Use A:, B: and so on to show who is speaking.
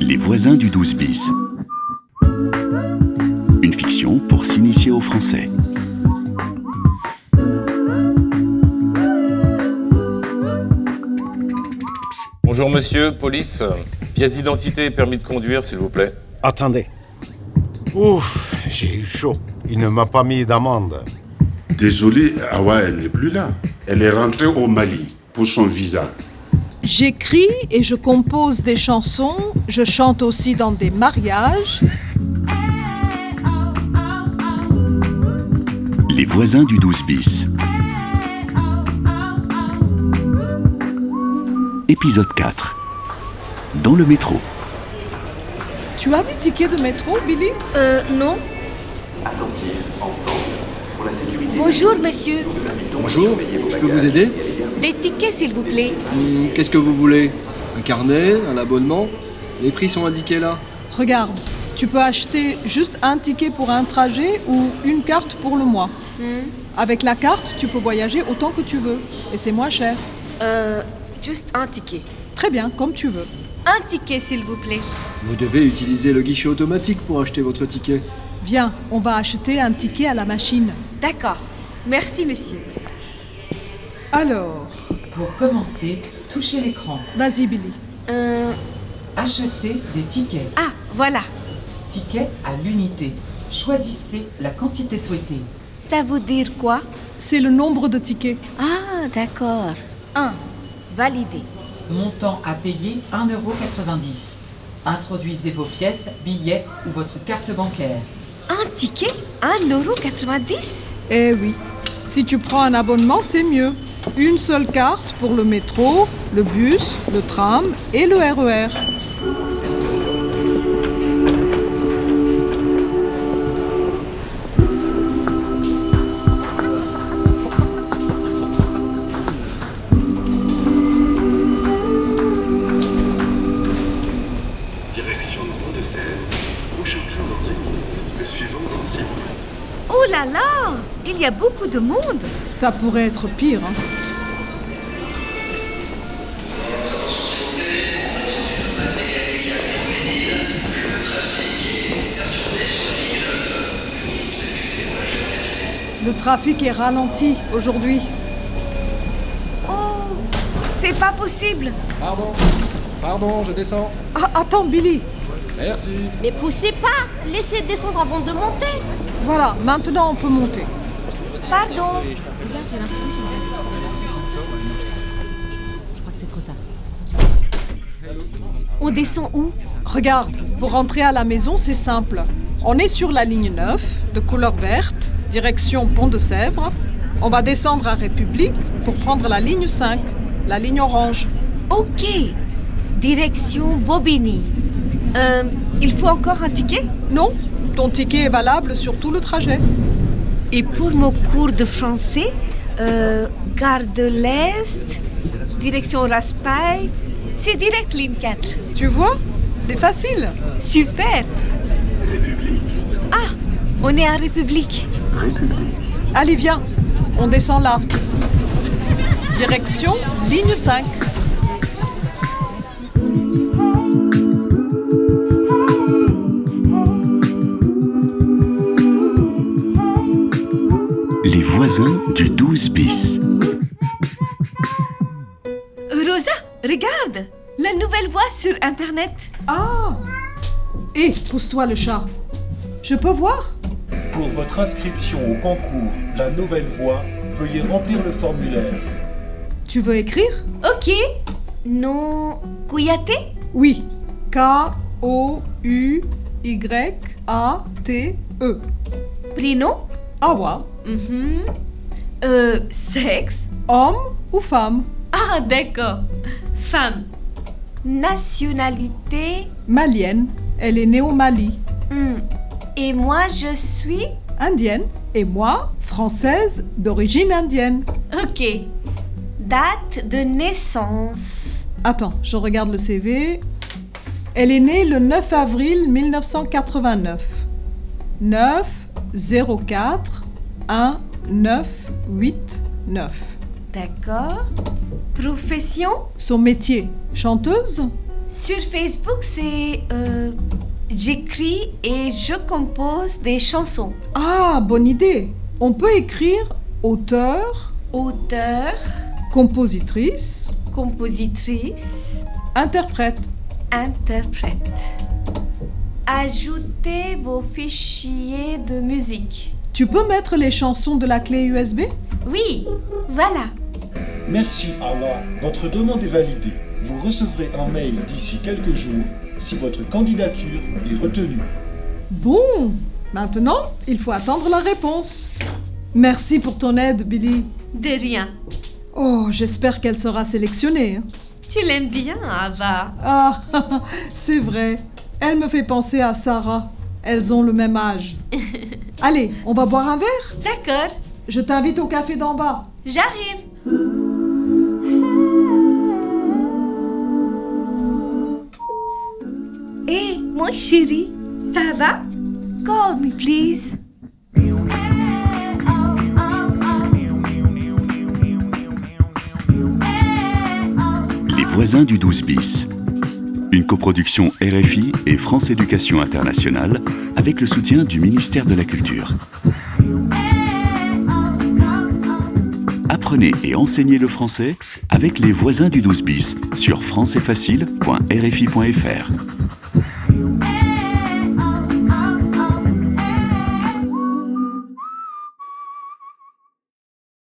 A: Les voisins du 12 bis. Une fiction pour s'initier au français.
B: Bonjour monsieur, police, pièce d'identité et permis de conduire s'il vous plaît.
C: Attendez. Ouf, j'ai eu chaud. Il ne m'a pas mis d'amende.
D: Désolé, Awa, elle n'est plus là. Elle est rentrée au Mali pour son visa.
E: J'écris et je compose des chansons, je chante aussi dans des mariages.
A: Les voisins du 12 bis. Épisode 4. Dans le métro.
E: Tu as des tickets de métro, Billy
F: Euh, non.
G: Attentifs, ensemble, pour la sécurité,
F: Bonjour, monsieur.
G: nous invitons à
H: Bonjour,
G: surveiller vos
H: je peux
G: bagages
H: vous aider
G: et les garder
F: Des tickets, s'il vous plaît.
H: Hmm, Qu'est-ce que vous voulez Un carnet Un abonnement Les prix sont indiqués là.
E: Regarde, tu peux acheter juste un ticket pour un trajet ou une carte pour le mois. Avec la carte, tu peux voyager autant que tu veux et c'est moins cher.
F: Euh, juste un ticket.
E: Très bien, comme tu veux.
F: Un ticket, s'il vous plaît.
H: Vous devez utiliser le guichet automatique pour acheter votre ticket.
E: Viens, on va acheter un ticket à la machine.
F: D'accord. Merci, monsieur.
E: Alors,
I: Pour commencer, touchez l'écran.
E: vas-y Billy.
F: Euh,
I: Achetez des tickets.
F: ah, voilà.
I: Tickets à l'unité. Choisissez la quantité souhaitée.
F: Ça veut dire quoi
E: C'est le nombre de tickets.
F: Ah, d'accord. Un. Validé.
I: Montant à payer 1,90€. Introduisez vos pièces, billets ou votre carte bancaire.
F: Un ticket 1,90€
E: Eh oui. Si tu prends un abonnement, c'est mieux. Une seule carte pour le métro, le bus, le tram et le E RER.
G: Direction Mont de Seine, prochain train dans une minute, le suivant dans six minutes.
F: Oh là là Il y a beaucoup de monde.
E: Ça pourrait être pire. hein. Le trafic est ralenti aujourd'hui.
F: Oh, c'est pas possible.
H: Pardon Pardon, je descends.
E: Ah, attends, Billy.
H: Merci.
J: Mais poussez pas Laissez descendre avant de monter
E: Voilà, maintenant on peut monter.
F: Pardon. On descend où
E: Regarde, pour rentrer à la maison, c'est simple. On est sur la ligne 9, de couleur verte, direction Pont de Sèvres. On va descendre à République pour prendre la ligne 5, la ligne orange.
F: Ok. Direction Bobigny. Euh, il faut encore un ticket
E: Non, ton ticket est valable sur tout le trajet.
F: Et pour mon cours de français, euh, gare de l'Est, direction Raspail, c'est direct ligne 4.
E: Tu vois C'est facile.
F: Super Ah, on est à République.
E: Allez, viens, on descend là. Direction ligne 5.
A: Les voisins du 12 bis.
F: Rosa, regarde La nouvelle voie sur Internet.
E: Ah Hé, pousse-toi le chat. Je peux voir
K: Pour votre inscription au concours La Nouvelle Voie, veuillez remplir le formulaire.
E: Tu veux écrire
F: Ok. Non, Kouyaté
E: Oui.
F: Hmm.
E: K-O-U-Y-A-T-E.
F: Prénom
E: Awa.
F: Mhm. Euh, Sexe
E: Homme ou femme
F: Ah, d'accord. Femme. Nationalité.
E: Malienne. Elle est née au Mali.
F: Hmm. Et moi, je suis.
E: Indienne. Et moi, française d'origine indienne.
F: Ok. Date de naissance.
E: Attends, je regarde le CV. Elle est née le 9 avril 1989. 9 04 1 9 8 9.
F: D'accord. Profession
E: Son métier, chanteuse
F: Sur Facebook, c'est. euh, J'écris et je compose des chansons.
E: Ah, bonne idée. On peut écrire auteur,
F: Auteur,
E: compositrice,
F: compositrice,
E: interprète.
F: interprète. Ajoutez vos fichiers de musique.
E: Tu peux mettre les chansons de la clé USB
F: Oui, voilà.
K: Merci Awa, votre demande est validée. Vous recevrez un mail d'ici quelques jours si votre candidature est retenue.
E: Bon, maintenant, il faut attendre la réponse. Merci pour ton aide, Billy.
F: De rien.
E: Oh, j'espère qu'elle sera sélectionnée. hein.
F: Tu l'aimes bien, Ava.
E: Ah, c'est vrai. Elle me fait penser à Sarah. Elles ont le même âge. Allez, on va boire un verre
F: D'accord,
E: Je t'invite au café d'en bas.
F: j'arrive. Hé, mon chéri, Eh, ça va? Call me, please. Eh, oh,
A: Les voisins du 12 bis. Une coproduction RFI et France Éducation Internationale avec le soutien du ministère de la Culture. Apprenez et enseignez le français avec les voisins du 12 bis sur françaisfacile.rfi.fr.
F: eh, oh,